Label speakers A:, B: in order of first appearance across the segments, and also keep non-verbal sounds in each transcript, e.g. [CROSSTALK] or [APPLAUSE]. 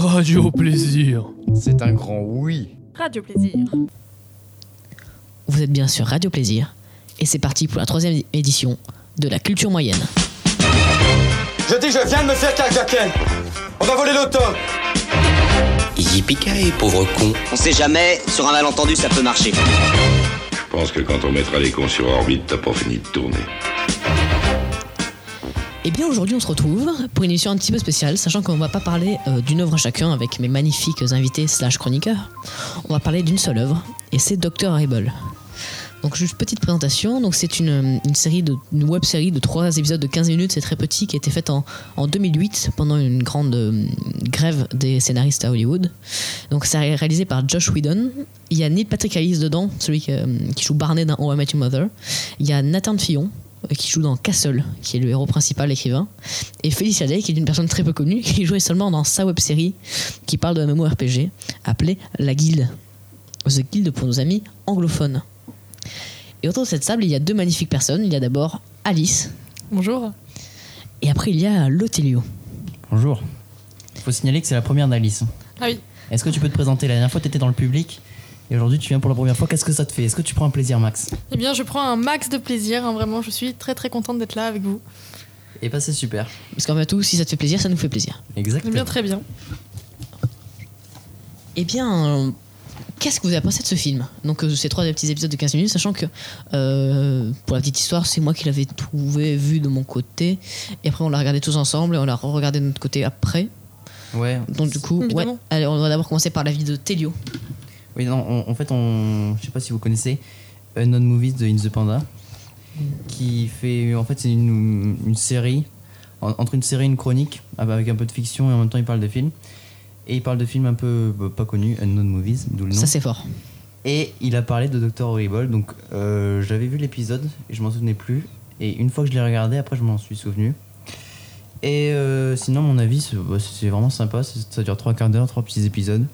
A: Radio Plaisir.
B: C'est un grand oui.
C: Radio Plaisir.
D: Vous êtes bien sur Radio Plaisir et c'est parti pour la troisième édition de la culture moyenne.
E: Je dis, je viens de me faire carjacker. On va voler l'auto.
F: Yippee pauvre con.
G: On sait jamais, sur un malentendu, ça peut marcher.
H: Je pense que quand on mettra les cons sur orbite, t'as pas fini de tourner.
D: Et Eh bien aujourd'hui on se retrouve pour une émission un petit peu spéciale, sachant qu'on va pas parler euh, d'une œuvre à chacun avec mes magnifiques invités slash chroniqueurs. On va parler d'une seule œuvre, et c'est Dr. Horrible. Donc juste petite présentation, donc c'est une, une série de une web série de trois épisodes de 15 minutes, c'est très petit, qui a été faite en, en 2008 pendant une grande euh, grève des scénaristes à Hollywood. Donc c'est réalisé par Josh Whedon. Il y a Neil Patrick Harris dedans, celui qui, euh, qui joue Barney dans How I Met Your Mother. Il y a Nathan Fillon, euh, qui joue dans Castle, qui est le héros principal, l'écrivain, et Felicia Day, qui est une personne très peu connue, qui jouait seulement dans sa web série qui parle de MMORPG, appelée La Guilde. The Guild pour nos amis anglophones. Et autour de cette table, il y a deux magnifiques personnes. Il y a d'abord Alice,
C: Bonjour.
D: et après il y a Lotelio.
I: Bonjour. Il faut signaler que c'est la première d'Alice.
C: Ah oui.
I: Est-ce que tu peux te présenter La dernière fois, tu étais dans le public et aujourd'hui, tu viens pour la première fois. Qu'est-ce que ça te fait Est-ce que tu prends un plaisir, Max
C: Eh bien, je prends un max de plaisir. hein, vraiment, je suis très très contente d'être là avec vous.
I: Et bah, c'est super.
D: Parce qu'en fait, tout, si ça te fait plaisir, ça nous fait plaisir.
C: Eh
I: Exactement.
C: bien, très bien.
D: Eh bien, euh, qu'est-ce que vous avez pensé de ce film Donc, euh, ces trois petits épisodes de 15 minutes, sachant que, euh, pour la petite histoire, c'est moi qui l'avais trouvé, vu de mon côté. Et après, on l'a regardé tous ensemble et on l'a regardé de notre côté après.
I: Ouais.
D: Donc, du coup, ouais.
C: Évidemment.
D: Allez, on va d'abord commencer par la vie de Telio.
I: Oui, non, on- en fait, on, je sais pas si vous connaissez euh, Unknown Movies de In the Panda, qui fait, en fait, c'est une, une série en- entre une série et une chronique avec un peu de fiction et en même temps il parle de films. Et il parle de films un peu bah, pas connus, Unknown Movies, d'où le nom.
D: Ça, c'est fort.
I: Et il a parlé de Dr. Horrible, donc euh, j'avais vu l'épisode, et je m'en souvenais plus. Et une fois que je l'ai regardé, après je m'en suis souvenu. Et euh, sinon, mon avis, c'est bah, c'est vraiment sympa, c'est- ça dure trois quarts d'heure, trois petits épisodes.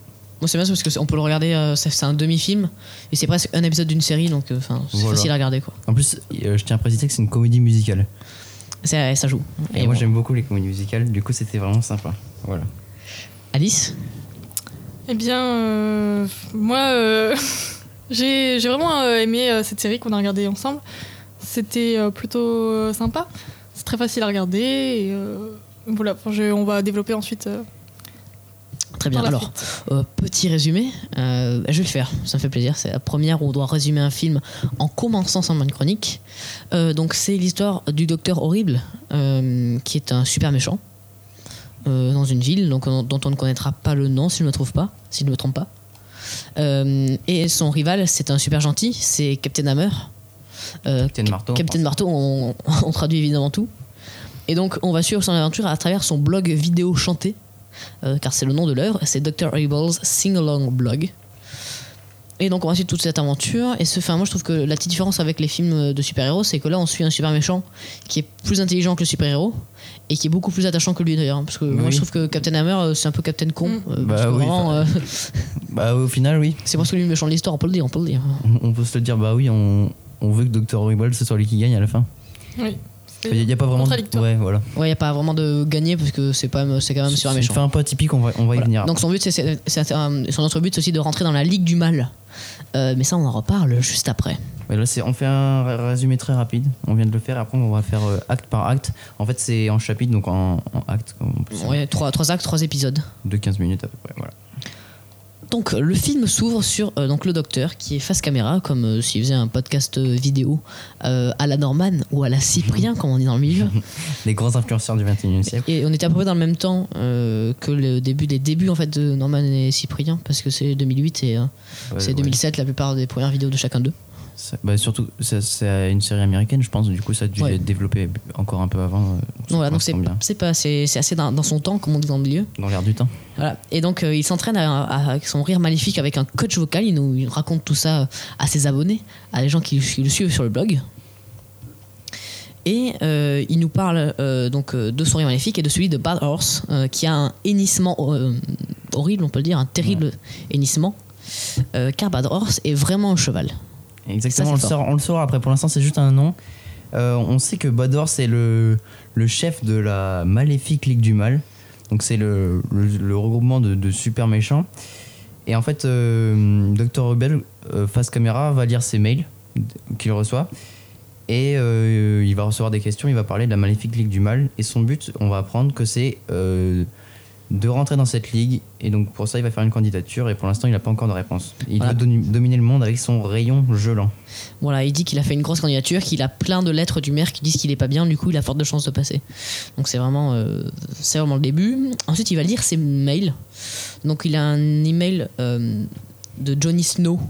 D: Moi, c'est bien parce qu'on peut le regarder, euh, c'est c'est un demi-film et c'est presque un épisode d'une série, donc euh, enfin, c'est
I: Voilà.
D: facile à regarder quoi.
I: En plus, euh, je tiens à préciser que c'est une comédie musicale.
D: Ça, ça joue.
I: Et,
D: Et
I: moi
D: bon.
I: j'aime beaucoup les comédies musicales, du coup c'était vraiment sympa. Voilà.
D: Alice
C: Eh bien, euh, moi, euh, [LAUGHS] j'ai j'ai vraiment euh, aimé euh, cette série qu'on a regardée ensemble. C'était euh, plutôt euh, sympa. C'est très facile à regarder. Et, euh, voilà, Enfin, je- on va développer ensuite. euh,
D: Très bien.
C: par la
D: Alors,
C: suite.
D: euh, petit résumé, euh, je vais le faire, ça me fait plaisir. C'est la première où on doit résumer un film en commençant sans une chronique. Euh, donc, c'est l'histoire du docteur Horrible, euh, qui est un super méchant euh, dans une ville donc, on- dont on ne connaîtra pas le nom si je ne me, trouve pas, si je ne me trompe pas. Euh, et son rival, c'est un super gentil, c'est Captain Hammer. Euh,
I: Captain Marteau.
D: Captain Marteau, on, [LAUGHS] on traduit évidemment tout. Et donc, on va suivre son aventure à travers son blog vidéo chanté, euh, car c'est le nom de l'œuvre, c'est Dr. Abel's Sing Along Blog. Et donc, on va suivre toute cette aventure. Et ce, enfin, moi, je trouve que la petite différence avec les films de super-héros, c'est que là, on suit un super méchant qui est plus intelligent que le super-héros et qui est beaucoup plus attachant que lui d'ailleurs. Parce que moi,
I: Oui.
D: je trouve que Captain Hammer, euh, c'est un peu Captain Con.
C: Mm.
D: euh,
I: Bah
D: parce que
I: oui,
D: vraiment, euh, [LAUGHS]
I: Bah au final oui,
D: c'est pas celui le méchant de l'histoire, on peut le dire, on peut le dire.
I: on- on peut se le dire, bah oui, on, on veut que Dr. Horrible ce soit lui qui gagne à la fin.
C: Oui.
I: Il n'y a, pas vraiment... de-
C: Contradictoire.
I: Ouais, voilà.
D: Ouais, y a pas vraiment de gagner parce que c'est pas- c'est quand même
I: C'est
D: super
I: une
D: méchant.
I: fin un peu atypique, on va, on va y
D: Voilà.
I: venir.
D: Donc son but, c'est- c'est c'est un- son autre but, c'est aussi de rentrer dans la ligue du mal. Euh, mais ça, on en reparle juste après.
I: Ouais, là, c'est- on fait un r- résumé très rapide, on vient de le faire, après on va faire euh, acte par acte. En fait c'est en chapitre, donc en, en acte, comme on peut dire,
D: Ouais, trois, trois actes, trois épisodes.
I: de 15 minutes à peu près. Voilà.
D: Donc euh, le film s'ouvre sur euh, donc le docteur qui est face caméra, comme euh, s'il faisait un podcast euh, vidéo euh, à la Norman ou à la Cyprien, comme on dit dans le
I: [LAUGHS]
D: milieu.
I: Les grands influenceurs du 21 e siècle.
D: Et on était à peu près dans le même temps euh, que le début des débuts en fait de Norman et Cyprien, parce que c'est 2008 et euh,
I: Ouais,
D: c'est
I: ouais.
D: 2007 la plupart des premières vidéos de chacun d'eux.
I: Ça- bah, surtout, ça- c'est une série américaine, je pense, du coup ça a dû
D: Ouais.
I: être développé encore un peu avant. euh,
D: Voilà, donc
I: ça
D: c'est
I: tombe bien.
D: c'est pas c'est c'est assez dans, dans son temps, comme on dit dans le milieu.
I: dans l'air du temps.
D: Voilà. Et donc, euh, il s'entraîne à- à- avec son rire magnifique, avec un coach vocal. Il nous il raconte tout ça euh, à ses abonnés, à les gens qui, qui le suivent sur le blog. Et euh, il nous parle euh, donc euh, de son rire magnifique et de celui de Bad Horse, euh, qui a un hennissement euh, horrible, on peut le dire, un terrible hennissement. euh, car Bad Horse est vraiment un cheval.
I: Exactement,
D: Ça,
I: on, le
D: c'est fort.
I: saura, on le saura après. Pour l'instant, c'est juste un nom. Euh, on sait que Bador, c'est le, le chef de la maléfique Ligue du Mal. Donc c'est le, le- le regroupement de, de super méchants. Et en fait, euh, Dr. Rebel, euh, face caméra, va lire ses mails qu'il reçoit. Et euh, il va recevoir des questions, il va parler de la maléfique ligue du mal. Et son but, on va apprendre que c'est euh, de rentrer dans cette ligue. Et donc pour ça, il va faire une candidature. Et pour l'instant, il n'a pas encore de réponse. Il
D: Voilà.
I: veut doni- dominer le monde avec son rayon gelant.
D: Voilà, il dit qu'il a fait une grosse candidature, qu'il a plein de lettres du maire qui disent qu'il est pas bien, du coup il a fort de chances de passer. Donc c'est vraiment, euh, c'est vraiment le début. Ensuite il va lire ses mails. Donc il a un email euh, de Johnny Snow.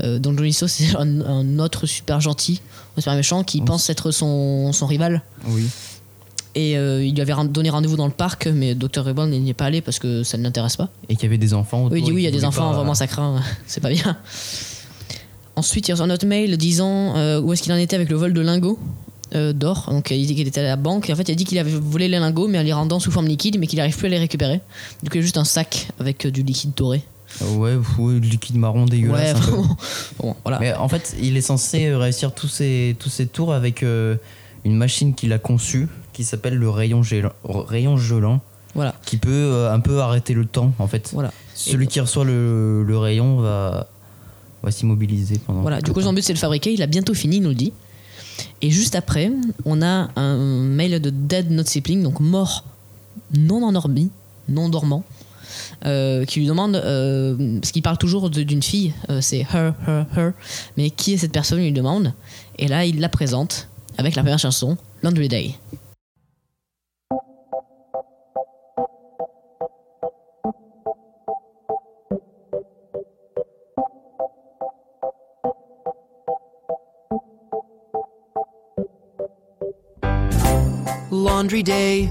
D: Euh, donc Johnny Snow [LAUGHS] c'est un, un autre super gentil, un super méchant qui
I: Oh.
D: pense être son, son rival.
I: Oui.
D: Et euh, il lui avait ren- donné rendez-vous dans le parc, mais Dr. Rebon n'y est pas allé parce que ça ne l'intéresse pas.
I: Et qu'il y avait des enfants. autour
D: Oui, il dit
I: et
D: oui, il y a
I: qu'il
D: des
I: voulait
D: enfants,
I: pas-
D: vraiment ça craint, [LAUGHS] c'est pas bien. Ensuite, il reçoit un autre mail disant euh, où est-ce qu'il en était avec le vol de lingots euh, d'or. Donc il dit qu'il était à la banque. Et en fait, il a dit qu'il avait volé les lingots, mais en les rendant sous forme liquide, mais qu'il n'arrive plus à les récupérer. Donc il y a juste un sac avec euh, du liquide doré.
I: euh, Ouais, pff, ouais, le liquide marron dégueulasse.
D: ouais,
I: un peu.
D: vraiment. Bon, voilà.
I: Mais en fait, il est censé euh, réussir tous ses, tous ses tours avec euh, une machine qu'il a conçue qui s'appelle le rayon gelant, rayon gelant
D: Voilà.
I: qui peut euh, un peu arrêter le temps en fait.
D: Voilà.
I: Celui
D: Et-
I: qui reçoit le, le rayon va, va s'immobiliser pendant.
D: Voilà, du coup, son but c'est de le fabriquer. Il a bientôt fini, il nous le dit. Et juste après, on a un mail de Dead Not Sibling, donc mort, non endormi, non dormant, euh, qui lui demande, euh, parce qu'il parle toujours de- d'une fille, euh, c'est her, her, her, mais qui est cette personne, il lui demande. Et là, il la présente avec la première chanson, Laundry Day.
A: Laundry day,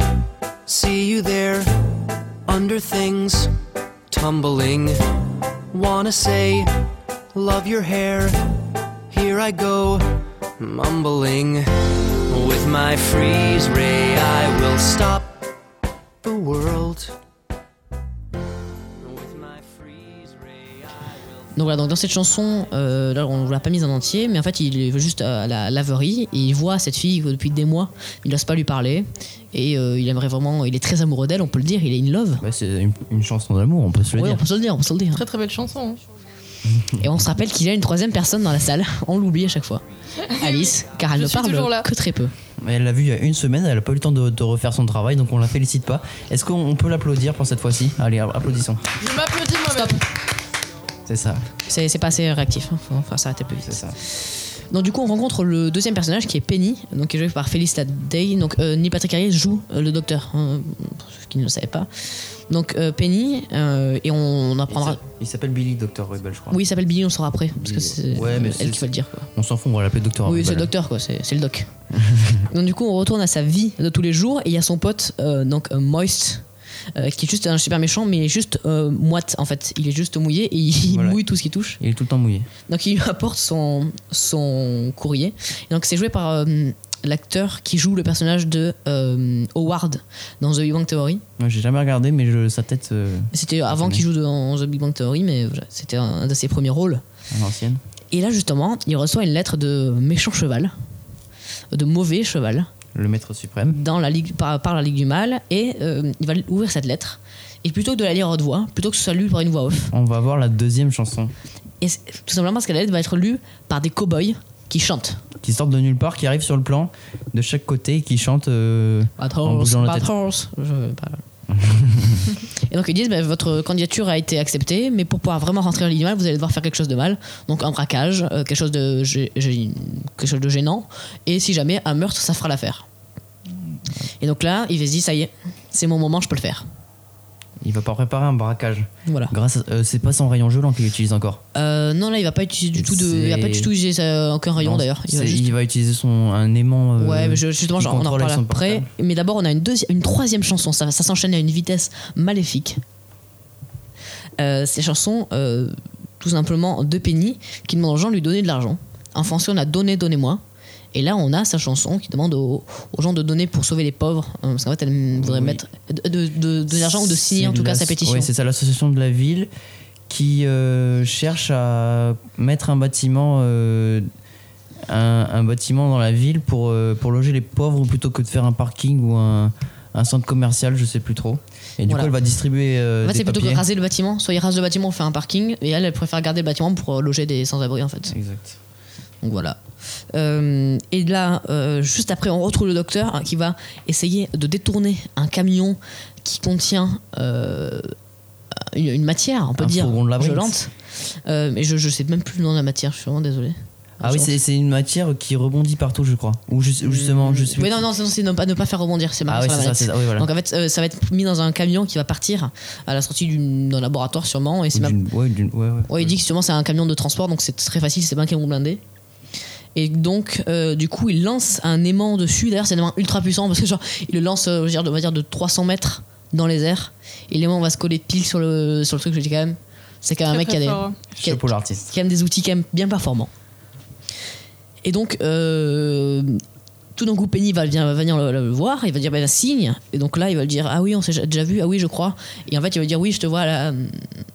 A: see you there. Under things, tumbling. Wanna say, love your hair. Here I go, mumbling. With my freeze ray, I will stop the world. With my freeze ray, I will.
D: Donc voilà, donc dans cette chanson, euh, là on ne l'a pas mise en entier, mais en fait il veut juste à la laverie et il voit cette fille que depuis des mois, il n'ose pas lui parler et euh, il aimerait vraiment, il est très amoureux d'elle, on peut le dire, il est in love.
I: Bah, c'est une, une chanson d'amour, on peut se le
D: Oui, on
I: dire.
D: peut se le dire, on peut se le
C: [LAUGHS]
D: dire.
C: Très très belle chanson. hein.
D: Et on se rappelle qu'il y a une troisième personne dans la salle, [LAUGHS] on l'oublie à
C: [LAUGHS]
D: chaque fois. Alice, car elle
C: Je
D: ne
C: suis toujours là.
D: parle que très peu.
I: Mais Elle l'a vu il y a une semaine, elle a pas eu le temps de, de refaire son travail, donc on la félicite pas. Est-ce qu'on on peut l'applaudir pour cette fois-ci Allez, applaudissons.
C: Je m'applaudis moi-même.
I: C'est ça.
D: C'est c'est pas assez réactif, hein. faut, faut s'arrêter plus
I: C'est
D: vite.
I: ça.
D: Donc du coup on rencontre le deuxième personnage qui est Penny, donc qui est joué par Felicita Day. Donc euh, Neil Patrick Harris joue euh, le docteur, hein, pour ceux qui ne le savaient pas. Donc euh, Penny, euh, et on, on
I: Il
D: apprendra...
I: s'a- Il s'appelle Billy, Dr. Rebel, je crois.
D: Oui, il s'appelle Billy, on le saura après, parce que
I: Billy.
D: c'est
I: Ouais, mais
D: elle
I: c'est-
D: qui va le dire. Quoi.
I: On s'en fout, on va l'appeler hein. Dr.
D: oui, c'est
I: Rebel.
D: le docteur, quoi, c'est c'est le doc. [LAUGHS] donc du coup, on retourne à sa vie de tous les jours et il y a son pote, euh, donc euh, Moist, euh, qui est juste un super méchant, mais juste euh, moite en fait. Il est juste mouillé et il
I: Voilà.
D: mouille tout ce qu'il touche.
I: Il est tout le temps mouillé.
D: Donc il lui apporte son, son courrier. Et donc c'est joué par euh, l'acteur qui joue le personnage de euh, Howard dans The Big Bang Theory.
I: Ouais, J'ai jamais regardé, mais je- sa tête euh,
D: C'était avant
I: connais.
D: qu'il joue dans The Big Bang Theory, mais voilà, c'était un, un de ses premiers rôles.
I: en ancienne.
D: Et là justement, il reçoit une lettre de méchant cheval, de mauvais cheval.
I: Le maître suprême.
D: dans la ligue, par, par la Ligue du Mal et euh, il va ouvrir cette lettre. Et plutôt que de la lire à haute voix, plutôt que ce soit lu par une voix off,
I: On va voir la deuxième chanson
D: et c'est- tout simplement parce que la lettre va être lue par des cow-boys qui chantent.
I: qui sort de nulle part, qui arrive sur le plan de chaque côté et qui chante. euh,
D: Bad
I: En
D: horse,
I: bougeant la
D: bad
I: tête.
D: horse. Je vais
I: [LAUGHS]
D: pas- et donc ils disent bah, votre candidature a été acceptée, mais pour pouvoir vraiment rentrer dans la Ligue du Mal, vous allez devoir faire quelque chose de mal. Donc un braquage, euh, quelque, chose de gê- gê- quelque chose de gênant, et si jamais un meurtre, ça fera l'affaire. Et donc là, il se dit ça y est, c'est mon moment, je peux le faire.
I: Il va pas préparer un braquage.
D: Voilà.
I: Grâce, à- euh, c'est pas son rayon gelant qu'il utilise encore.
D: Euh, non, là, il va pas utiliser du tout de. Il va
I: C'est-
D: pas du tout utiliser ça- aucun rayon
I: Non,
D: d'ailleurs. Il va
I: c'est-
D: juste-
I: il va utiliser son un aimant. euh,
D: Ouais, mais je- justement,
I: qui
D: genre, on en
I: contrôle
D: reparle
I: avec son
D: après.
I: portable.
D: Mais d'abord, on a une, deuxi- une troisième chanson. Ça, ça s'enchaîne à une vitesse maléfique. Euh, ces chansons, euh, tout simplement, de Penny, qui demande aux gens de lui donner de l'argent. En français, on a donné, donnez-moi. Et là, on a sa chanson qui demande aux, aux gens de donner pour sauver les pauvres. euh, Parce qu'en fait, elle voudrait
I: Oui.
D: mettre de, de, de- de l'argent ou de signer en
I: C'est
D: tout cas
I: l'asso-
D: sa pétition.
I: Ouais, c'est ça, l'association de la ville qui euh, cherche à mettre un bâtiment, euh, un, un bâtiment dans la ville pour, euh, pour loger les pauvres plutôt que de faire un parking ou un, un centre commercial, je sais plus trop. Et du
D: Voilà.
I: coup, elle va distribuer euh,
D: En fait,
I: des
D: c'est plutôt
I: papiers.
D: que raser le bâtiment. Soit ils rasent le bâtiment, on fait un parking. Et elle, elle préfère garder le bâtiment pour euh, loger des sans-abri, en fait.
I: Exact.
D: Donc voilà. Euh, et là, euh, juste après, on retrouve le docteur hein, qui va essayer de détourner un camion qui contient euh, une, une matière, on peut
I: Un
D: dire,
I: fourgon de la Brinks.
D: violente. Euh, mais je, je sais même plus le nom de la matière, je suis vraiment désolé.
I: Ah oui, c'est c'est une matière qui rebondit partout, je crois. Ou ju- ou justement, je suis.
D: Oui, non, non, c'est- c'est ne pas, ne pas faire rebondir, c'est marqué
I: Ah oui,
D: sur la
I: c'est ça, c'est
D: mallette.
I: ça. Oui, voilà.
D: Donc en fait, euh, ça va être mis dans un camion qui va partir à la sortie d'une- d'un laboratoire sûrement. Et c'est
I: Ou
D: ma-
I: d'une- ouais, d'une- ouais, ouais.
D: Ouais, il dit que sûrement c'est un camion de transport, donc c'est très facile, c'est pas un camion blindé. Et donc, euh, du coup, il lance un aimant dessus. D'ailleurs, c'est un aimant ultra puissant parce que, genre, il le lance, euh, je veux dire, de- on va dire, de 300 mètres dans les airs. Et l'aimant va se coller pile sur le, sur le truc. Je dis quand même, c'est quand même un mec qui a, des,
C: hein.
I: Chapeau l'artiste.
D: qui a quand même des outils quand même bien performants. Et donc, euh, tout d'un coup, Penny va, vient- va venir le, le voir, il va dire, ben, signe. Et donc là, il va lui dire, ah oui, on s'est ja- déjà vu, ah oui, je crois. Et en fait, il va dire, oui, je te vois à la,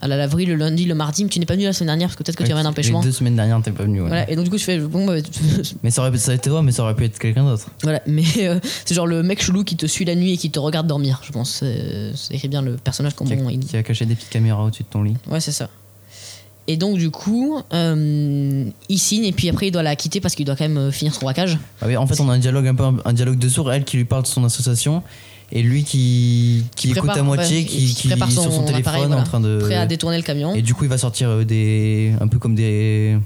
D: à la laverie le lundi, le mardi, mais tu n'es pas venu la semaine dernière parce que peut-être que tu avais un empêchement.
I: Les deux semaines dernières, t'es pas venu. ouais.
D: Voilà, et donc du coup, je fais, bon, bah, [LAUGHS]
I: Mais ça aurait pu ça aurait été toi, mais ça aurait pu être quelqu'un d'autre.
D: voilà, mais euh, c'est genre le mec chelou qui te suit la nuit et qui te regarde dormir, je pense. C'est- C'est écrit bien le personnage qu'on
I: Qui a-
D: il
I: qui a caché des petites caméras au-dessus de ton lit.
D: Ouais, c'est ça. Et donc, du coup, euh, il signe et puis après, il doit la quitter parce qu'il doit quand même euh, finir son braquage.
I: Ah oui, en fait, on a un dialogue un peu un dialogue de sourds. Elle qui lui parle de son association et lui qui, qui,
D: Qui
I: écoute
D: prépare,
I: à moitié,
D: ouais,
I: qui,
D: qui
I: qui
D: prépare
I: est sur
D: son
I: son téléphone
D: appareil, voilà.
I: en train de.
D: Prêt à détourner le camion.
I: Euh, Et du coup, il va sortir euh, des un peu comme des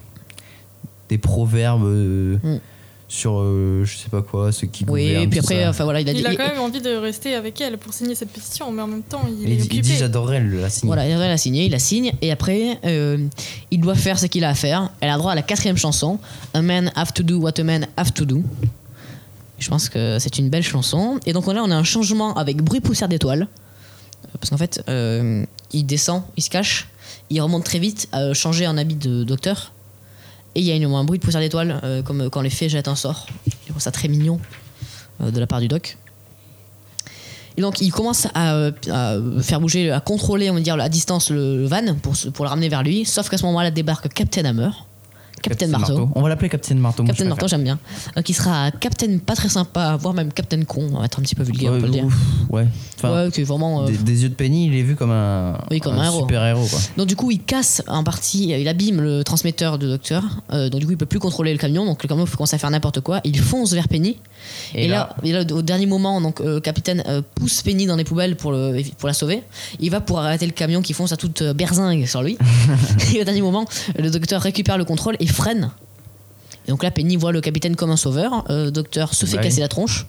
I: des proverbes euh,
D: Mm.
I: sur euh, je sais pas quoi, ce qui
D: Oui,
I: gouverne,
D: et puis
I: tout
D: après,
I: ça.
D: enfin voilà, il a dit.
C: Il a
D: il-
C: quand même envie de rester avec elle pour signer cette pétition, mais en même temps, il,
I: il, dit-
C: est
I: il
C: occupé.
I: dit j'adorerais le- la signer.
D: Voilà, il a signé, il la signe, et après, euh, il doit faire ce qu'il a à faire. Elle a droit à la quatrième chanson, A Man Have to Do What a Man Have to Do. Je pense que c'est une belle chanson. Et donc là, on a un changement avec Bruit Poussière d'étoiles. Parce qu'en fait, euh, il descend, il se cache, il remonte très vite, à changer un habit de docteur. Et il y a une, un bruit de poussière d'étoiles, euh, comme quand les fées jettent un sort. Je trouve ça très mignon euh, de la part du doc. Et donc il commence à, euh, à faire bouger, à contrôler, on va dire, à distance le van pour, se- pour le ramener vers lui. Sauf qu'à ce moment-là débarque Captain Hammer, Captain, Marteau,
I: On va l'appeler Captain Marteau. moi,
D: Captain
I: je
D: Marteau,
I: préfère.
D: j'aime bien, euh, qui sera Captain pas très sympa, voire même Captain con, on va être un petit peu vulgaire, on peut le
I: Ouais,
D: dire.
I: ouf, ouais. Enfin,
D: ouais, qui est vraiment. euh,
I: des, des yeux de Penny, il est vu comme un,
D: Oui, comme un héros.
I: super héros quoi.
D: Donc du coup, il casse en partie, il abîme le transmetteur de Docteur. Euh, donc du coup, il peut plus contrôler le camion. Donc le camion il commence à faire n'importe quoi. Il fonce vers Penny. Et,
I: Et
D: là, et là, au dernier moment, donc euh, capitaine euh, pousse Penny dans les poubelles pour le pour la sauver. Il va pour arrêter le camion qui fonce à toute euh, berzingue sur
I: [LAUGHS]
D: lui. et au dernier moment, le Docteur récupère le contrôle et freine. Et donc là, Penny voit le capitaine comme un sauveur. Euh, docteur se fait
I: Bah oui.
D: casser la tronche.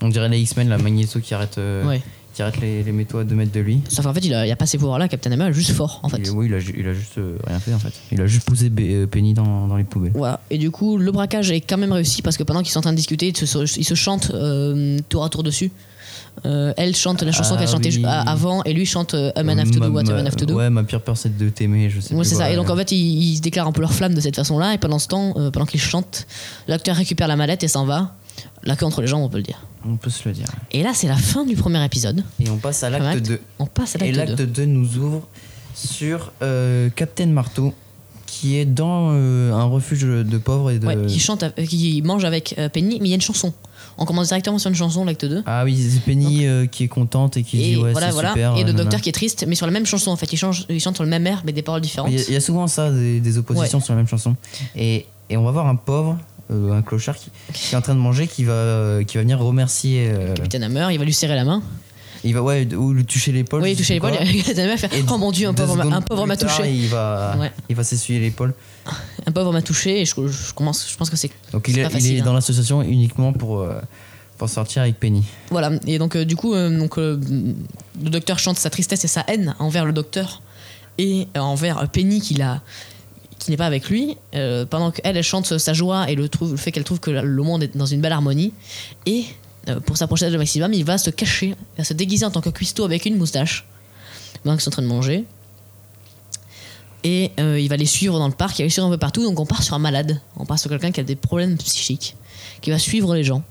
I: On dirait les X-Men, la Magneto qui arrête, euh,
D: Ouais.
I: qui arrête les, les métaux à 2 mètres de lui.
D: Sauf qu'en fait, il a, il a pas ces pouvoirs-là. Captain Hammer est juste fort, en fait.
I: Il, oui, il a, ju- il a juste euh, rien fait en fait. Il a juste poussé B- euh, Penny dans, dans les poubelles.
D: Voilà. Et du coup, le braquage est quand même réussi parce que pendant qu'ils sont en train de discuter, ils se, ils se chantent euh, tour à tour dessus. Euh, elle chante la chanson
I: Ah
D: qu'elle chantait
I: oui.
D: ju- à- avant et lui chante euh, A Man Have to
I: Ma-
D: Do What A
I: ma-
D: Man Have to Do.
I: Ouais, ma pire peur c'est de t'aimer, je sais
D: Ouais,
I: plus
D: c'est
I: quoi,
D: ça. Et donc
I: ouais.
D: en fait, ils, ils se déclarent un peu leur flamme de cette façon-là. Et pendant ce temps, euh, pendant qu'ils chantent, l'acteur récupère la mallette et s'en va. La queue entre les jambes, on peut le dire.
I: On peut se le dire.
D: Et là, c'est la fin du premier épisode.
I: Et on passe à
D: Enfin,
I: l'acte
D: acte-
I: 2.
D: On passe à
I: Et
D: l'acte
I: l'acte
D: 2.
I: 2 nous ouvre sur euh, Captain Marteau qui est dans euh, un refuge de pauvres et de.
D: Ouais, qui, chante, av- euh, qui mange avec euh, Penny, mais il y a une chanson. On commence directement sur une chanson, l'acte 2.
I: Ah oui, c'est Penny euh, qui est contente et qui
D: et
I: dit ouais,
D: voilà,
I: c'est
D: voilà.
I: super.
D: et le
I: euh, nanana.
D: docteur qui est triste, mais sur la même chanson en fait. Il, change, il chante sur le même air, mais des paroles différentes.
I: Il y, a- il y a souvent ça, des, des oppositions sur la même chanson. Et, et on va voir un pauvre, euh, un clochard qui, qui est en train de manger, qui va, euh, qui va venir remercier. euh,
D: Capitaine Hammer, il va lui serrer la main.
I: il va ouais, ou lui toucher l'épaule.
D: Oui,
I: je
D: il
I: sais
D: touche
I: pas
D: l'épaule.
I: quoi.
D: [LAUGHS] Capitaine Hammer fait
I: Et
D: Oh mon dieu, un
I: deux
D: pauvre, m'a- un
I: secondes
D: pauvre m'a
I: plus tard,
D: touché.
I: Il va,
D: Ouais.
I: il va s'essuyer l'épaule.
D: Un pauvre m'a touché et je, je commence, je pense que c'est.
I: Donc
D: c'est
I: il est,
D: pas
I: il
D: facile,
I: est
D: hein.
I: dans l'association uniquement pour, euh, pour sortir avec Penny.
D: Voilà, et donc euh, du coup, euh, donc, euh, le docteur chante sa tristesse et sa haine envers le docteur et euh, envers Penny qui l'a qui n'est pas avec lui, euh, pendant qu'elle elle chante sa joie et le, trouve, le fait qu'elle trouve que le monde est dans une belle harmonie. Et euh, pour s'approcher d'elle au maximum, il va se cacher, il va se déguiser en tant que cuistot avec une moustache, pendant qu'ils sont en train de manger. Et euh, il va les suivre dans le parc, il va les suivre un peu partout, donc on part sur un malade, on part sur quelqu'un qui a des problèmes psychiques, qui va suivre les gens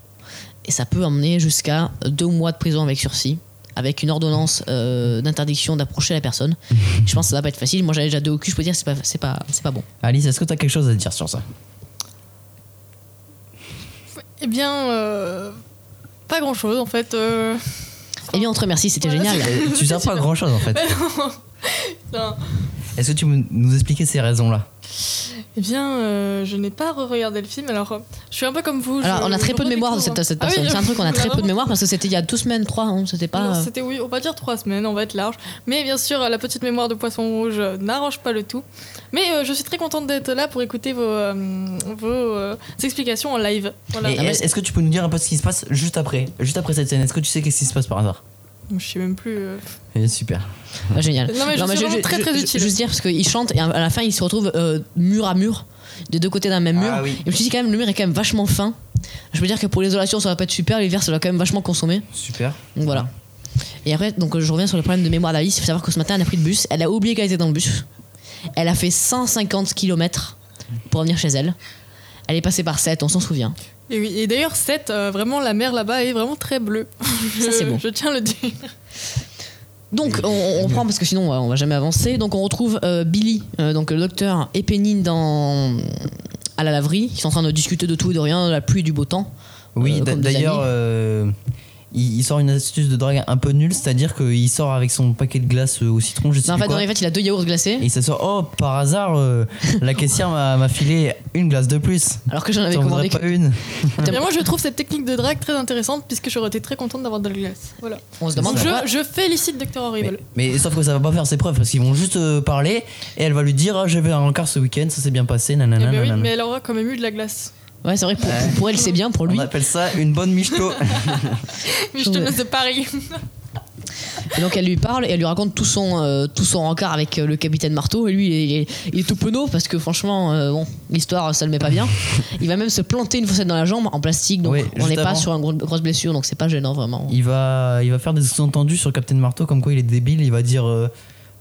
D: et ça peut emmener jusqu'à deux mois de prison avec sursis avec une ordonnance euh, d'interdiction d'approcher
I: [LAUGHS]
D: la personne. je pense que ça va pas être facile. Moi, j'avais déjà deux au cul, je peux dire c'est pas c'est pas c'est pas bon.
I: Alice, est-ce que tu as quelque chose à dire sur ça
C: Eh bien, euh, pas grand-chose en fait. euh,
D: Eh bien, on te remercie, c'était génial.
I: Euh, tu
D: [LAUGHS]
I: sers pas à grand chose en fait.
C: Non.
I: Est-ce que tu peux nous expliquer ces raisons-là
C: Eh bien, euh, je n'ai pas re-regardé le film, alors euh, je suis un peu comme vous.
D: Alors,
C: je-
D: on a
C: je
D: très peu de mémoire de
C: redécouvre.
D: cette, cette
C: Ah oui,
D: personne. C'est un truc, on a très peu de
C: vraiment.
D: mémoire parce que c'était il y a deux semaines, trois, hein, c'était pas.
C: Alors,
D: euh,
C: C'était oui, on va dire trois semaines, on va être large. Mais bien sûr, la petite mémoire de poisson rouge euh, n'arrange pas le tout. Mais euh, je suis très contente d'être là pour écouter vos, euh, vos euh, explications en live. Voilà.
D: Bah,
I: Et est- Est-ce que tu peux nous dire un peu ce qui se passe juste après Juste après cette scène, est-ce que tu sais qu'est-ce qui se passe par hasard
C: Je sais même plus. euh,
I: Eh, Super.
D: Ah, génial.
C: Non, mais je suis vraiment très, très
D: je-
C: utile.
D: Juste dire parce qu'ils chantent et à la fin ils se retrouvent euh, mur à mur, des deux côtés d'un même mur.
I: Ah oui.
D: Et je me suis dit quand même le mur est quand même vachement fin. Je veux dire que pour l'isolation ça va pas être super, l'hiver ça va quand même vachement consommer.
I: Super.
D: Donc voilà. Et après donc je reviens sur le problème de mémoire d'Alice. Il faut savoir que ce matin elle a pris le bus, elle a oublié qu'elle était dans le bus. Elle a fait 150 km pour revenir chez elle. Elle est passée par 7, on s'en souvient.
C: Et, oui, et d'ailleurs, 7, vraiment, la mer là-bas est vraiment très bleue. Je-
D: c'est beau.
C: Je tiens à le dire.
D: Donc on, on prend parce que sinon euh, on va jamais avancer. Donc on retrouve euh, Billy, euh, donc le docteur et Penny dans à la laverie. Ils sont en train de discuter de tout et de rien, de la pluie et du beau temps.
I: Oui,
D: Euh,
I: d'a-
D: comme des
I: d'ailleurs,
D: amis.
I: euh, il, il sort une astuce de drague un peu nulle, c'est-à-dire qu'il sort avec son paquet de glace euh, au citron, je sais
D: Non, en
I: plus
D: fait,
I: quoi.
D: dans les fêtes, il a deux yaourts glacés.
I: Et ça sort, oh, par hasard,
D: [LAUGHS]
I: euh, la caissière m'a m'a filé une glace de plus.
D: Alors que j'en avais
I: T'en voudrais
D: commandé que.
I: pas
D: [LAUGHS]
I: une
C: Mais moi, je trouve cette technique de drague très intéressante puisque j'aurais été très contente d'avoir de la glace. Voilà.
D: On se
C: Donc
D: demande pourquoi.
C: je, je félicite Dr.
I: mais,
C: Horrible.
I: mais sauf que ça va pas faire ses preuves parce qu'ils vont juste euh, parler et elle va lui dire ah, je vais à Ankara ce week-end, ça s'est bien passé,
C: Eh
I: nanana.
C: bien
D: ben
C: oui,
I: nanana.
C: mais elle aura quand même eu de la glace.
D: Ouais, c'est vrai, pour, pour- pour elle, c'est bien, pour lui.
I: On appelle ça une bonne michto. [LAUGHS]
C: Mais je te laisse de Paris.
D: Et donc elle lui parle et elle lui raconte tout son, euh, tout son rencard avec euh, le capitaine Marteau. Et lui, il est, il est tout penaud parce que franchement, euh, bon, l'histoire, ça le met pas bien. Il va même se planter une fossette dans la jambe en plastique. Donc
I: Oui,
D: on n'est
I: juste
D: pas
I: avant.
D: sur une gro- grosse blessure, donc c'est pas gênant vraiment.
I: il, va, il va faire des sous-entendus sur Captain Marteau comme quoi il est débile, il va dire euh,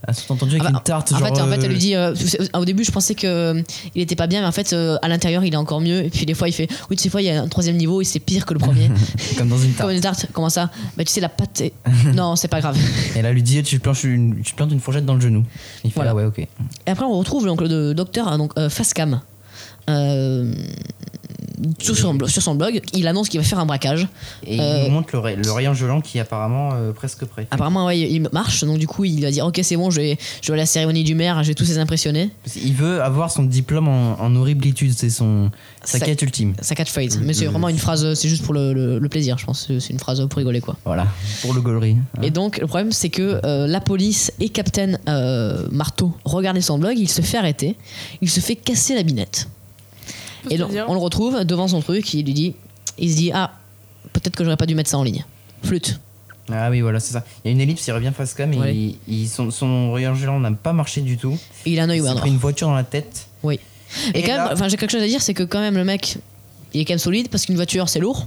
I: un sous-entendu avec
D: Ah bah,
I: une tarte.
D: en,
I: genre,
D: fait, en fait,
I: euh,
D: elle lui dit. euh, c'est- au début, je pensais que euh, il était pas bien, mais en fait, euh, à l'intérieur, il est encore mieux. Et puis des fois, il fait. Oui, tu sais, fois, il y a un troisième niveau et c'est pire que le premier.
I: [LAUGHS] comme dans une tarte.
D: Comme une tarte. Comment ça Bah, tu sais, la
I: [LAUGHS]
D: pâte. est- Non, c'est pas grave.
I: Et là, lui dit tu te planches une, tu te plantes une fourchette dans le genou. Il fait
D: Voilà.
I: ah ouais, ok.
D: Et après, on retrouve donc, le docteur hein, donc, euh, Fascam. Euh, sur, son, blo- sur son blog, il annonce qu'il va faire un braquage.
I: Et
D: Euh,
I: il nous montre le, ray- le rayon gelant qui est apparemment euh, presque prêt.
D: Apparemment, ouais, il marche, donc du coup, il va dire Ok, c'est bon, je vais, je vais à la cérémonie du maire, je vais tous les impressionner.
I: Parce qu'il veut avoir son diplôme en, en horriblitude, c'est son sa
D: Ça-
I: quête ultime.
D: Ça catchphrase.
I: Le-
D: Mais c'est
I: le-
D: vraiment une phrase, c'est juste pour le, le- le plaisir, je pense. C'est c'est une phrase pour rigoler, quoi.
I: Voilà, pour le gaulerie.
D: Et donc, le problème, c'est que euh, la police et Captain euh, Marteau regardaient son blog, il se fait arrêter, il se fait casser la binette.
C: [LAUGHS]
D: Et donc,
C: C'est-à-dire
D: on le retrouve devant son truc, il lui dit, il se dit ah peut-être que j'aurais pas dû mettre ça en ligne. Flûte.
I: Ah oui, voilà, c'est ça. Il y a une ellipse, il revient face cam et
D: Ouais.
I: il- il- son, son rayon gelant n'a pas marché du tout.
D: Et il a un œil
I: il s'est
D: au
I: pris une voiture dans la tête.
D: Oui. Et,
I: Et
D: quand
I: là-
D: même, enfin j'ai quelque chose à dire, c'est que quand même le mec, il est quand même solide parce qu'une voiture c'est lourd.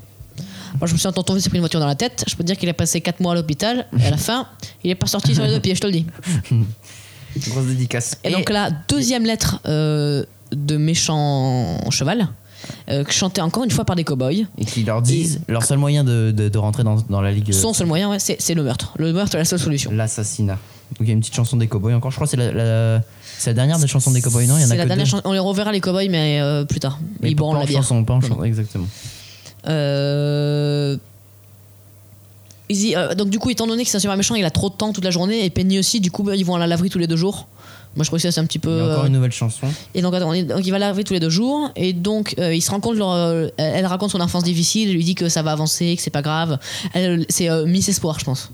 D: Moi je me suis entendu tomber, il s'est pris une voiture dans la tête. Je peux te dire qu'il a passé 4 mois à l'hôpital. Et à la fin, il est pas sorti sur les deux pieds, je te le dis.
I: Grosse dédicace.
D: Et, donc la deuxième lettre euh, de méchant cheval, euh, chantée encore une fois par des cow-boys.
I: Et qui leur disent leur seul moyen de, de- de rentrer dans, dans la ligue. euh,
D: Son seul moyen, ouais, c'est c'est le meurtre. Le meurtre est la seule solution.
I: L'assassinat. Donc il y a une petite chanson des cowboys encore. Je crois que c'est la, la- c'est la dernière des chansons des cowboys, non Il y en
D: C'est
I: a
D: la
I: que
D: dernière
I: deux.
D: chan- On les reverra les cowboys, mais euh, plus tard.
I: Mais
D: ils
I: pas-
D: boiront
I: pas
D: la
I: en
D: bière.
I: chanson, pas en
D: Non,
I: chanson,
D: non.
I: exactement.
D: Euh, ils y- euh, donc du coup, étant donné que c'est un super méchant, il a trop de temps toute la journée et Penny aussi. Du coup, bah, ils vont à la laverie tous les deux jours. Moi, je trouve que ça c'est un petit peu.
I: Il y a encore
D: euh,
I: une nouvelle chanson.
D: Et donc, attends, on est- donc, il va à la laverie tous les deux jours et donc euh, il se rend compte. leur, euh, elle elle raconte son enfance difficile. Elle lui dit que ça va avancer, que c'est pas grave. Elle- C'est euh, Miss Espoir, je pense.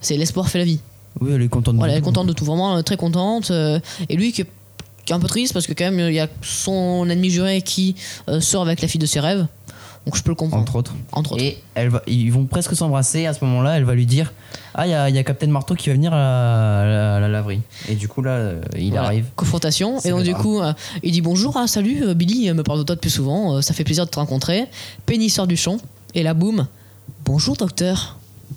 D: C'est l'espoir fait la vie.
I: Oui, elle est contente. de-
D: Voilà, elle est contente de tout, vraiment euh, très contente. euh, et lui qui est, qui est un peu triste parce que quand même euh, il y a son ennemi juré qui euh, sort avec la fille de ses rêves. Donc je peux le comprendre.
I: Entre autres.
D: Entre autres.
I: Et elle va- ils vont presque s'embrasser. À ce moment-là, elle va lui dire Ah, il y, a- il y a Captain Marteau qui va venir à la, à la- à la laverie. Et du coup, là, euh, il
D: Voilà,
I: arrive.
D: Confrontation.
I: C'est
D: Et donc
I: le
D: du
I: drame.
D: coup, euh, il dit bonjour, ah, salut euh, Billy, euh, me parle de toi depuis souvent, euh, ça fait plaisir de te rencontrer. Penny sort du champ et là boum, bonjour docteur.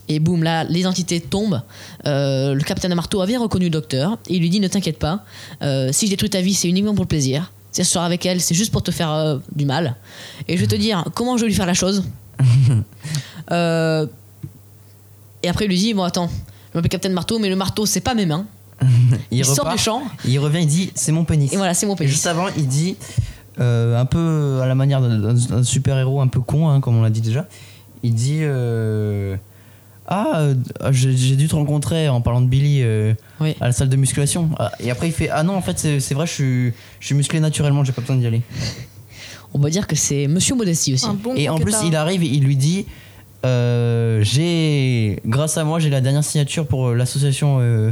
D: Et boum, là, l'identité tombe. Euh, le capitaine Marteau avait reconnu le docteur et il lui dit ne t'inquiète pas, euh, si je détruis ta vie, c'est uniquement pour le plaisir. Si je sors avec elle, c'est juste pour te faire euh, du mal. Et je vais te dire comment je vais lui faire
I: [LAUGHS]
D: la chose. Euh, et après, il lui dit Bon, attends, je m'appelle Capitaine Marteau, mais le marteau, c'est pas mes mains. Il, sort
I: repart,
D: du champ.
I: Il revient, il dit C'est mon pénis.
D: Et voilà, c'est mon
I: Et
D: pays.
I: juste avant, il dit euh, Un peu à la manière d'un- d'un d'un super-héros un peu con, hein, comme on l'a dit déjà. Il dit euh, Ah, euh, ah, j'ai j'ai dû te rencontrer en parlant de Billy euh,
D: Oui.
I: à la salle de musculation. Ah, et après, il fait Ah non, en fait, c'est c'est vrai, je suis, je suis musclé naturellement, j'ai pas besoin d'y aller.
D: On peut dire que c'est Monsieur Modestie aussi.
C: Un bon
I: Et en plus,
C: croquetard.
I: il arrive et il lui dit euh, J'ai, grâce à moi, j'ai la dernière signature pour euh, l'association euh,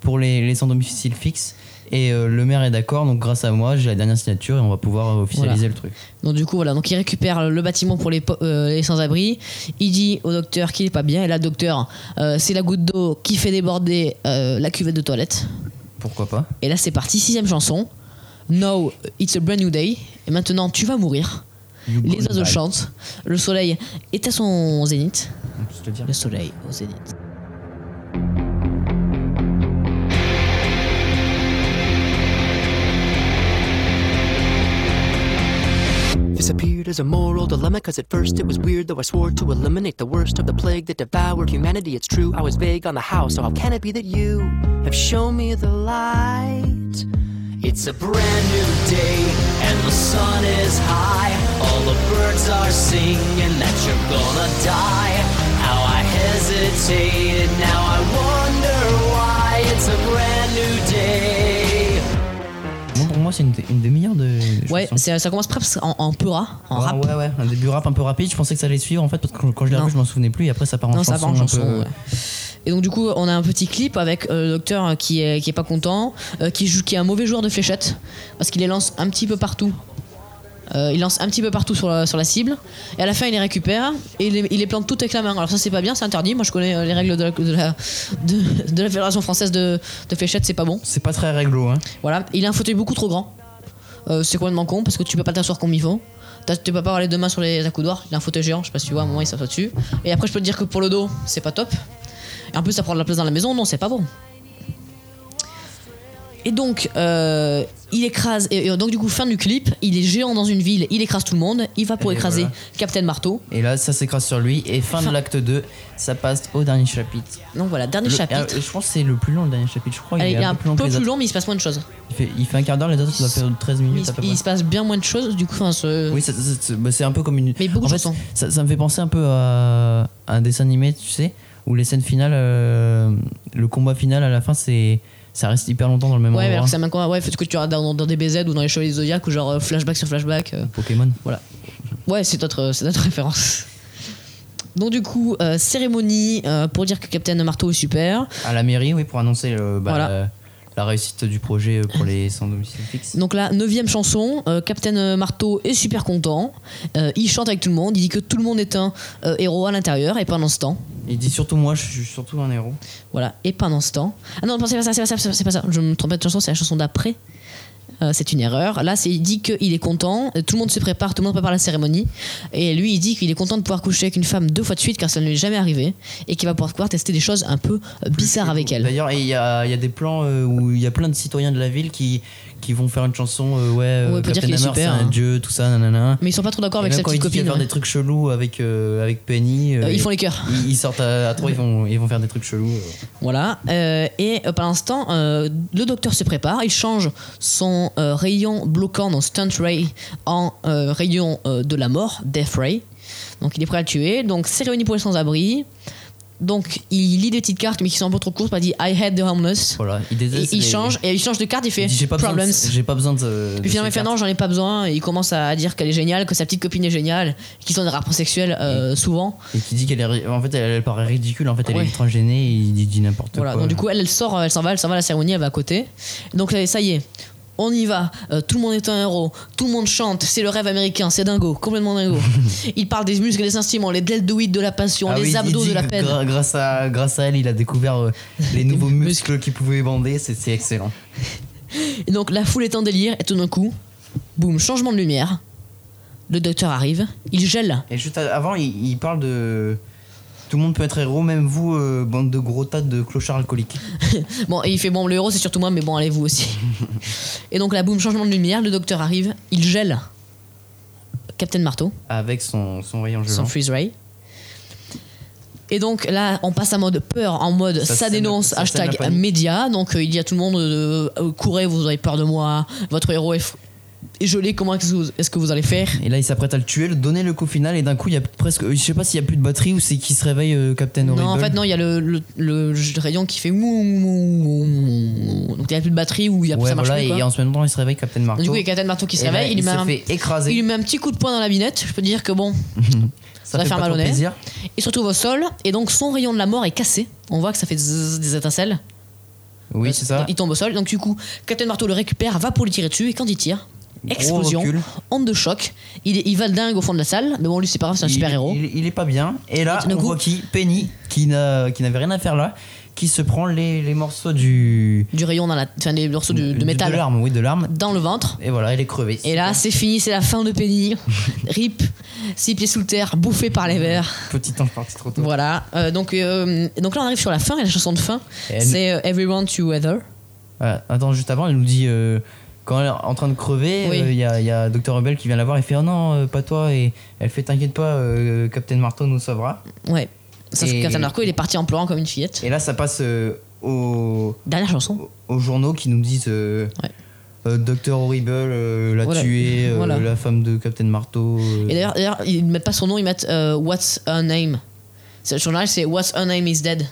I: pour les, les sans-domicile fixe. Et euh, le maire est d'accord, donc grâce à moi, j'ai la dernière signature et on va pouvoir euh, officialiser le truc.
D: Donc du coup voilà, donc il récupère le bâtiment pour les, po- euh, les sans-abri. Il dit au docteur qu'il est pas bien et là docteur, euh, c'est la goutte d'eau qui fait déborder euh, la cuvette de toilette.
I: Pourquoi pas
D: Et là c'est parti sixième chanson. Now it's a brand new day. Et maintenant tu vas mourir.
I: You go
D: Les oiseaux
I: live.
D: chantent. Le soleil est à son zénith.
I: Donc, je te le dis.
D: Le soleil au zénith.
A: This appeared as a moral dilemma, cause at first it was weird, though I swore to eliminate the worst of the plague that devoured humanity. It's true, I was vague on the how, so how can it be that you have shown me the light? It's a brand new day, and the sun is high. All the birds are singing that you're gonna die. How I hesitated, now I wonder why. It's a brand new day.
I: Bon, pour moi, c'est une, une demi-heure de. de
D: Ouais,
I: chanson.
D: c'est- ça commence presque en, en peura, en
I: Ouais,
D: rap.
I: Ouais, ouais, un début rap un peu rapide. Je pensais que ça allait suivre en fait, parce que quand- quand je l'ai
D: Non.
I: revu, je m'en souvenais plus. Et après, ça part en
D: Non,
I: chanson.
D: ça va en
I: un
D: chanson.
I: peu- euh.
D: ouais. Et donc du coup, on a un petit clip avec euh, le docteur qui est, qui est pas content, euh, qui joue, qui est un mauvais joueur de fléchettes, parce qu'il les lance un petit peu partout. Euh, il lance un petit peu partout sur la, sur la cible, et à la fin il les récupère et il les, il les plante toutes avec la main. Alors ça c'est pas bien, c'est interdit. Moi je connais euh, les règles de la, de la, de- de la fédération française de, de fléchettes, c'est pas bon.
I: C'est pas très réglo, hein.
D: Voilà, il a un fauteuil beaucoup trop grand. Euh, c'est complètement con parce que tu peux pas t'asseoir comme il faut. T'as- Tu peux pas avoir les deux mains sur les accoudoirs. Il a un fauteuil géant, je sais pas si tu vois, à un moment il s'assoit dessus. Et après, je peux te dire que pour le dos, c'est pas top. Et en plus, ça prend de la place dans la maison, non, c'est pas bon. Et donc, euh, il écrase. Et, et donc, du coup, fin du clip, il est géant dans une ville, il écrase tout le monde. Il va pour
I: Et
D: écraser
I: voilà.
D: Captain Marteau.
I: Et là, ça s'écrase sur lui. Et fin de
D: Fin.
I: l'acte 2, ça passe au dernier chapitre.
D: Donc voilà, dernier
I: Le-
D: chapitre.
I: euh, je pense que c'est le plus long, le dernier chapitre. Je crois
D: Allez,
I: il est un peu plus long que les
D: plus
I: autres.
D: long, mais il se passe moins de choses.
I: Il fait, il fait un quart d'heure, les autres, ça doit faire 13
D: Il,
I: minutes
D: se-
I: à peu
D: il
I: près.
D: se passe bien moins de choses, du coup, enfin, ce-
I: Oui, ça- ça- ça- bah, c'est un peu comme une.
D: Mais beaucoup
I: en
D: de
I: fait,
D: chansons.
I: ça, ça me fait penser un peu à un dessin animé, tu sais, où les scènes finales, euh, le combat final à la fin, c'est ça reste hyper longtemps dans le même
D: Ouais, mais alors
I: endroit.
D: que ça m'inconvient. Ouais, ce que tu as dans, dans des BZ ou dans les Chevaliers du Zodiac ou genre euh, flashback sur flashback. euh.
I: Pokémon.
D: Ouais, c'est notre, c'est notre [LAUGHS] référence. Donc du coup, euh, cérémonie euh, pour dire que Captain Marteau est super.
I: À la mairie, oui, pour annoncer euh, bah,
D: Voilà.
I: la, la réussite du projet euh, pour les sans domicile fixe.
D: Donc là, neuvième chanson, euh, Captain Marteau est super content. Euh, il chante avec tout le monde, il dit que tout le monde est un euh, héros à l'intérieur et pendant ce temps.
I: Il dit surtout moi, je suis surtout un héros.
D: Voilà, et pendant ce temps. Ah non, non, c'est pas ça, c'est pas ça, c'est pas- c'est pas ça. Je me trompe de chanson, c'est la chanson d'après. Euh, c'est une erreur. Là, c'est, il dit qu'il est content, euh, tout le monde se prépare, tout le monde prépare la cérémonie. Et lui, il dit qu'il est content de pouvoir coucher avec une femme deux fois de suite car ça ne lui est jamais arrivé et qu'il va pouvoir pouvoir tester des choses un peu euh, bizarres avec elle.
I: D'ailleurs, Bah, il y a, il y a des plans euh, où il y a plein de citoyens de la ville qui, qui vont faire une chanson, euh, ouais, euh,
D: Ouais, pour dire
I: Captain
D: qu'il est
I: Hammer,
D: super,
I: c'est un
D: hein.
I: dieu, tout ça, nanana.
D: Mais ils sont pas trop d'accord
I: Et
D: avec
I: même
D: sa
I: quand il
D: petite
I: dit qu'il va faire
D: copine. ouais.
I: des trucs chelous avec, euh, avec Penny, euh,
D: Euh, ils
I: ils,
D: font les cœurs.
I: ils- ils sortent à, à trois, ils vont, ils vont faire des trucs chelous. euh.
D: Voilà. Euh, et euh, pendant ce temps, euh, le docteur se prépare. Il change son euh, rayon bloquant, donc stunt ray, en euh, rayon euh, de la mort, death ray. Donc il est prêt à le tuer. Donc c'est réuni pour les sans-abri. Donc il lit des petites cartes, mais qui sont un peu trop courtes. Il dit I hate the homeless.
I: Voilà, ils
D: Et
I: détestent
D: il
I: les-
D: change et il change de carte. Il fait
I: Il dit, j'ai pas besoin.
D: problems.
I: de- J'ai pas besoin de. de
D: Puis finalement, il
I: ces
D: fait
I: cartes.
D: non, j'en ai pas besoin. Et il commence à dire qu'elle est géniale, que sa petite copine est géniale, qu'ils sont des rapports sexuels euh, souvent.
I: Et qui dit qu'elle est, ri- en fait, elle, elle paraît ridicule. En fait, elle
D: Ouais.
I: est ultra gênée. et Il dit, dit n'importe
D: Voilà,
I: quoi.
D: donc du coup, elle, elle sort, elle s'en va, elle s'en va à la cérémonie, elle va à côté. Donc là, ça y est, on y va, euh, tout le monde est un héros, tout le monde chante, c'est le rêve américain, c'est dingo,
I: [LAUGHS]
D: complètement dingo. il parle des muscles et des instruments, les deltoïdes de la passion,
I: Ah
D: les
I: oui, il
D: abdos
I: dit
D: de la
I: que
D: peine.
I: gra- grâce, à, grâce à elle, il a découvert
D: [LAUGHS]
I: euh, les nouveaux
D: muscles.
I: muscles qu'il pouvait bander. C'est c'est excellent.
D: Et donc la foule est en délire, et tout d'un coup, boum, changement de lumière. Le docteur arrive, il gèle.
I: Et juste à- avant, il, il parle de. Tout le monde peut être héros, même vous, euh, bande de gros tas de clochards alcooliques.
D: Bon, et il fait bon, le héros c'est surtout moi, mais bon, allez vous
I: [LAUGHS]
D: aussi. et donc là, boum, changement de lumière, le docteur arrive, il gèle. Captain Marteau.
I: Avec son, son hein. rayon gelant.
D: sans freeze ray. Et donc là, on passe à mode peur, en mode
I: Ça,
D: ça,
I: c'est
D: dénonce,
I: la- ça, c'est la
D: hashtag
I: panique.
D: média. Donc euh, il y a tout le monde, euh, euh, courez, vous avez peur de moi, votre héros est, f- et je l'ai, comment est-ce que vous- est-ce que vous allez faire
I: Et là, il s'apprête à le tuer, le donner le coup final, et d'un coup, il y a presque. euh, Je sais pas s'il y a plus de batterie ou c'est qui se réveille euh, Captain Horrible.
D: Non, en fait, non, il y a le, le, le rayon qui fait mou, mou, mou, mou, mou. Donc, il n'y a plus de batterie ou il y a
I: Ouais,
D: ça marche
I: voilà,
D: plus. quoi.
I: et en ce moment, il se réveille Captain Marteau.
D: du coup, il y a Captain Marteau qui se
I: Et là,
D: réveille, il, lui
I: il
D: met
I: se
D: un,
I: fait écraser.
D: il lui met un petit coup de poing dans la binette. Je peux dire que bon,
I: ça,
D: va
I: fait
D: faire
I: pas
D: mal au
I: trop
D: nez.
I: plaisir.
D: il se retrouve au sol et donc son rayon de la mort est cassé. On voit que ça fait zzzz des étincelles.
I: Oui,
D: Donc,
I: c'est ça.
D: Il tombe au sol. Donc, du coup, Captain Marteau le récupère, va pour lui tirer dessus et quand il tire,
I: Gros
D: explosion,
I: recul.
D: onde de choc. Il, est- il va le dingue au fond de la salle, mais bon, lui, c'est pas grave, c'est un
I: Il-
D: super héros.
I: Il, il est pas bien. Et là,
D: Et tout d'un
I: on
D: coup-
I: voit qui Penny, qui n'a- qui n'avait rien à faire là, qui se prend les, les morceaux du.
D: Du rayon dans la. Enfin, des morceaux de, de métal
I: De l'arme, oui, de l'arme.
D: dans le ventre.
I: Et voilà, elle est crevée.
D: Et là, c'est fini, c'est la fin
I: [LAUGHS]
D: de Penny. Rip, six pieds sous le terre, bouffé par les vers.
I: Petit temps parti trop tôt.
D: Voilà. Euh, donc, euh, donc là, on arrive sur la fin et la chanson de fin,
I: Et elle-
D: c'est euh, Everyone to Weather.
I: Voilà. Attends, juste avant, elle nous dit. euh, quand elle est en train de crever, euh,
D: Oui.
I: il y, a, il y a Dr. Rebel qui vient la voir et fait Oh non, euh, pas toi. Et elle fait T'inquiète pas, euh, Captain Marteau nous sauvera.
D: Ouais. Sauf
I: Et-
D: que Captain Marco, il est parti en pleurant comme une fillette.
I: Et là, ça passe euh, au.
D: Dernière chanson.
I: aux- aux journaux qui nous disent euh,
D: Ouais.
I: euh, Docteur Horrible euh, l'a
D: Voilà.
I: tué, euh,
D: Voilà.
I: la femme de Captain Marteau. euh.
D: Et d'ailleurs, d'ailleurs, ils ne mettent pas son nom, ils mettent euh, What's Her Name. C'est- Sur le journal, c'est What's Her Name is Dead.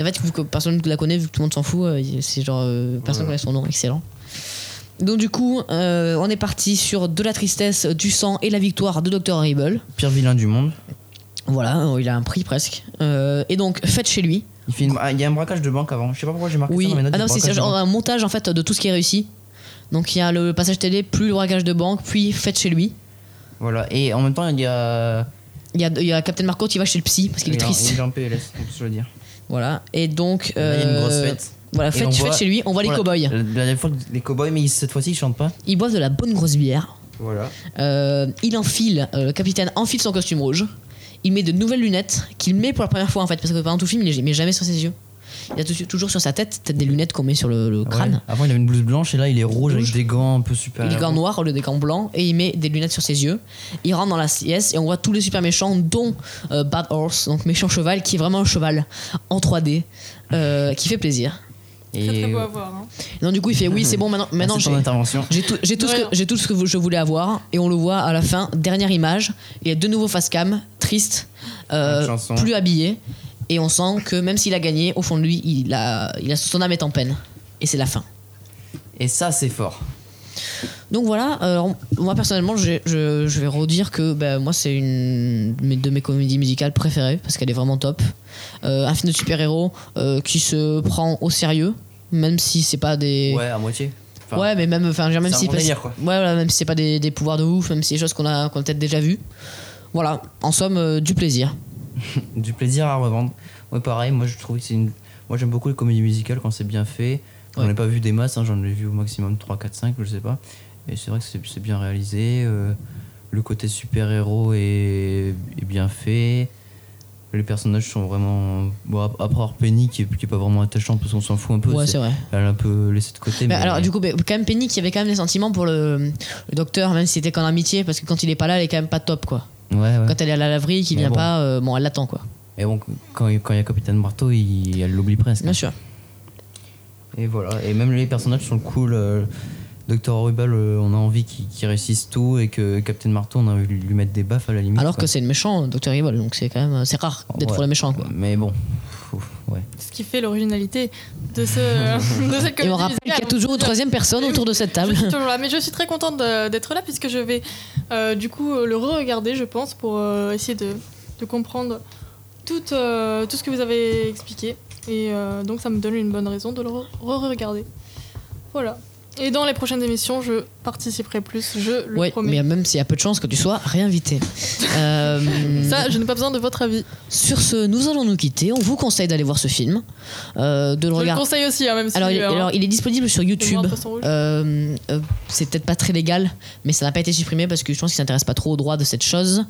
D: En fait, vu que personne ne la connaît, vu que tout le monde s'en fout, euh, c'est genre euh, personne connaît son nom, excellent. Donc du coup, euh, on est parti sur de la tristesse, du sang et la victoire de Dr. Horrible.
I: pire vilain du monde.
D: Voilà, euh, il a un prix presque. Euh, et donc, faites chez lui.
I: Il fait une- ah, il y a un braquage de banque avant. Je sais pas pourquoi j'ai marqué ça
D: Oui,
I: dans mes notes.
D: ah
I: il y a
D: non,
I: un
D: c'est c'est
I: braquage de
D: genre
I: banque.
D: un montage en fait de tout ce qui est réussi. Donc il y a le passage télé, plus le braquage de banque, puis faites chez lui.
I: Voilà. Et en même temps, il y a.
D: Il y a, il y a Captain Marco qui va chez le psy parce qu'il est
I: il y a-
D: triste.
I: Il est en PLS, donc je veux dire.
D: Voilà, et donc.
I: Là, il y a une grosse
D: euh,
I: fête.
D: Voilà,
I: Et
D: fête,
I: on
D: fête
I: voit-
D: chez lui, on voit les
I: voilà.
D: cow-boys.
I: La dernière fois, les cow-boys, mais ils- cette fois-ci, ils chantent pas.
D: Ils boivent de la bonne grosse bière.
I: Voilà.
D: Euh, il enfile, euh, le capitaine enfile son costume rouge. Il met de nouvelles lunettes qu'il met pour la première fois en fait, parce que pendant tout le film, il les met jamais sur ses yeux. Il a tout- toujours sur sa tête, peut-être des lunettes qu'on met sur le, le crâne.
I: Avant, il avait une blouse blanche et là, il est rouge avec
D: Rouge.
I: des gants un peu super.
D: Il est gants noirs au lieu des gants blancs et il met des lunettes sur ses yeux. Il rentre dans la sieste et on voit tous les super méchants, dont euh, Bad Horse, donc méchant cheval, qui est vraiment un cheval en 3D, euh, qui fait plaisir.
I: Et euh,
C: Très très beau à voir. hein.
D: Et donc du coup il fait oui c'est
I: [LAUGHS]
D: bon maintenant, maintenant
I: Ah, c'est
D: j'ai
I: ton intervention.
D: j'ai tout, j'ai tout ce
C: Ouais.
D: que, j'ai tout ce que vous- je voulais avoir et on le voit à la fin, dernière image, il est de nouveau face cam, triste, euh,
I: Une chanson.
D: plus habillé et on sent que même s'il a gagné, au fond de lui, il a, il a son âme est en peine et c'est la fin.
I: Et ça, c'est fort.
D: Donc voilà, euh, moi personnellement, je, je- je vais redire que bah, moi c'est une de mes- de mes comédies musicales préférées parce qu'elle est vraiment top. Euh, un film de super-héros euh, qui se prend au sérieux, même si c'est pas des.
I: Ouais, à moitié. Enfin,
D: ouais, mais même, enfin, je veux dire, même
I: c'est un
D: si.
I: bon
D: parce-
I: délire, quoi.
D: Ouais, voilà, même si c'est pas des, des pouvoirs de ouf, même si c'est des choses qu'on a, qu'on a peut-être déjà vues. Voilà, en somme, euh, du plaisir.
I: du plaisir à revendre. Ouais, pareil, moi je trouve que c'est une. Moi j'aime beaucoup les comédies musicales quand c'est bien fait. J'en
D: Ouais.
I: ai pas vu des masses, hein, j'en ai vu au maximum 3, 4, 5, je sais pas. Et c'est vrai que c'est c'est bien réalisé. euh, le côté super-héros est, est bien fait. Les personnages sont vraiment. Bon, à, à part Penny qui est, qui est pas vraiment attachant parce qu'on s'en fout un peu.
D: Ouais,
I: c'est-
D: c'est vrai.
I: Elle a un peu laissé de côté. Mais,
D: Mais alors, du coup, mais quand même, Penny qui avait quand même des sentiments pour le, le docteur, même si c'était qu'en amitié, parce que quand il est pas là, elle est quand même pas top, quoi.
I: Ouais, ouais.
D: Quand elle est à la laverie, qu'il
I: Mais
D: vient
I: bon.
D: pas, euh, bon, elle l'attend, quoi.
I: Et bon, quand il quand il y a Capitaine Marteau, il, elle l'oublie presque. hein.
D: Bien sûr.
I: Et voilà, et même les personnages sont cool. euh, Docteur Horrible, euh, on a envie qu'il qu'il réussisse tout et que Captain Marteau, on a envie de lui mettre des baffes à la limite.
D: Alors
I: quoi.
D: que c'est le méchant, Docteur Evil, donc c'est quand même euh, c'est rare d'être
I: Ouais.
D: pour le méchant quoi.
I: Mais bon, Ouf, ouais.
C: Ce qui fait l'originalité de ce, de cette
D: Et
C: comédie
D: on rappelle qu'il y a
C: musicale.
D: toujours une troisième personne autour de cette table.
C: Je suis toujours là, mais je suis très contente de- d'être là puisque je vais euh, du coup le re-regarder, je pense, pour euh, essayer de, de comprendre tout, euh, tout ce que vous avez expliqué. Et euh, donc ça me donne une bonne raison de le re- re-regarder. Voilà. Et dans les prochaines émissions, je participerai plus, je le
D: Ouais,
C: promets.
D: mais même s'il y a peu de chances que tu sois réinvité. Euh,
C: Ça, je n'ai pas besoin de votre avis.
D: Sur ce, nous allons nous quitter. On vous conseille d'aller voir ce film, euh, de le
C: Je le
D: regarder.
C: conseille aussi, hein, même si.
D: Alors, il,
C: euh,
D: alors, il est disponible sur
C: le
D: YouTube.
C: noir, poisson rouge.
D: Euh, euh, c'est peut-être pas très légal, mais ça n'a pas été supprimé parce que je pense qu'ils s'intéressent pas trop au droit de cette chose.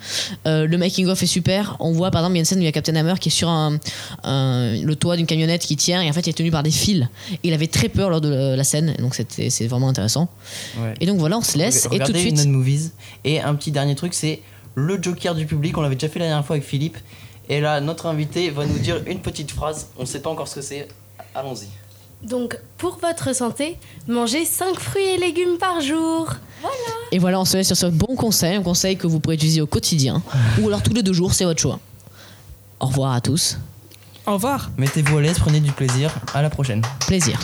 D: Euh, le making of est super. On voit par exemple, il y a une scène où il y a Captain Hammer qui est sur un, un- le toit d'une camionnette qui tient et en fait il est tenu par des fils. Et il avait très peur lors de la la scène, donc c'était- c'est vraiment intéressant. Et donc voilà, on se laisse et tout de
I: Regardez
D: suite.
I: Nun Movies. Et un petit dernier truc, c'est le Joker du public. On l'avait déjà fait la dernière fois avec Philippe. Et là, notre invité va nous dire une petite phrase. On sait pas encore ce que c'est. Allons-y.
F: Donc, pour votre santé, mangez 5 fruits et légumes par jour.
D: Et voilà, on se laisse sur ce bon conseil, un conseil que vous pourrez utiliser au quotidien, ou alors tous les deux jours, c'est votre choix. Au revoir à tous,
C: Au revoir.
I: Mettez-vous à l'aise, prenez du plaisir. À la prochaine.
D: plaisir.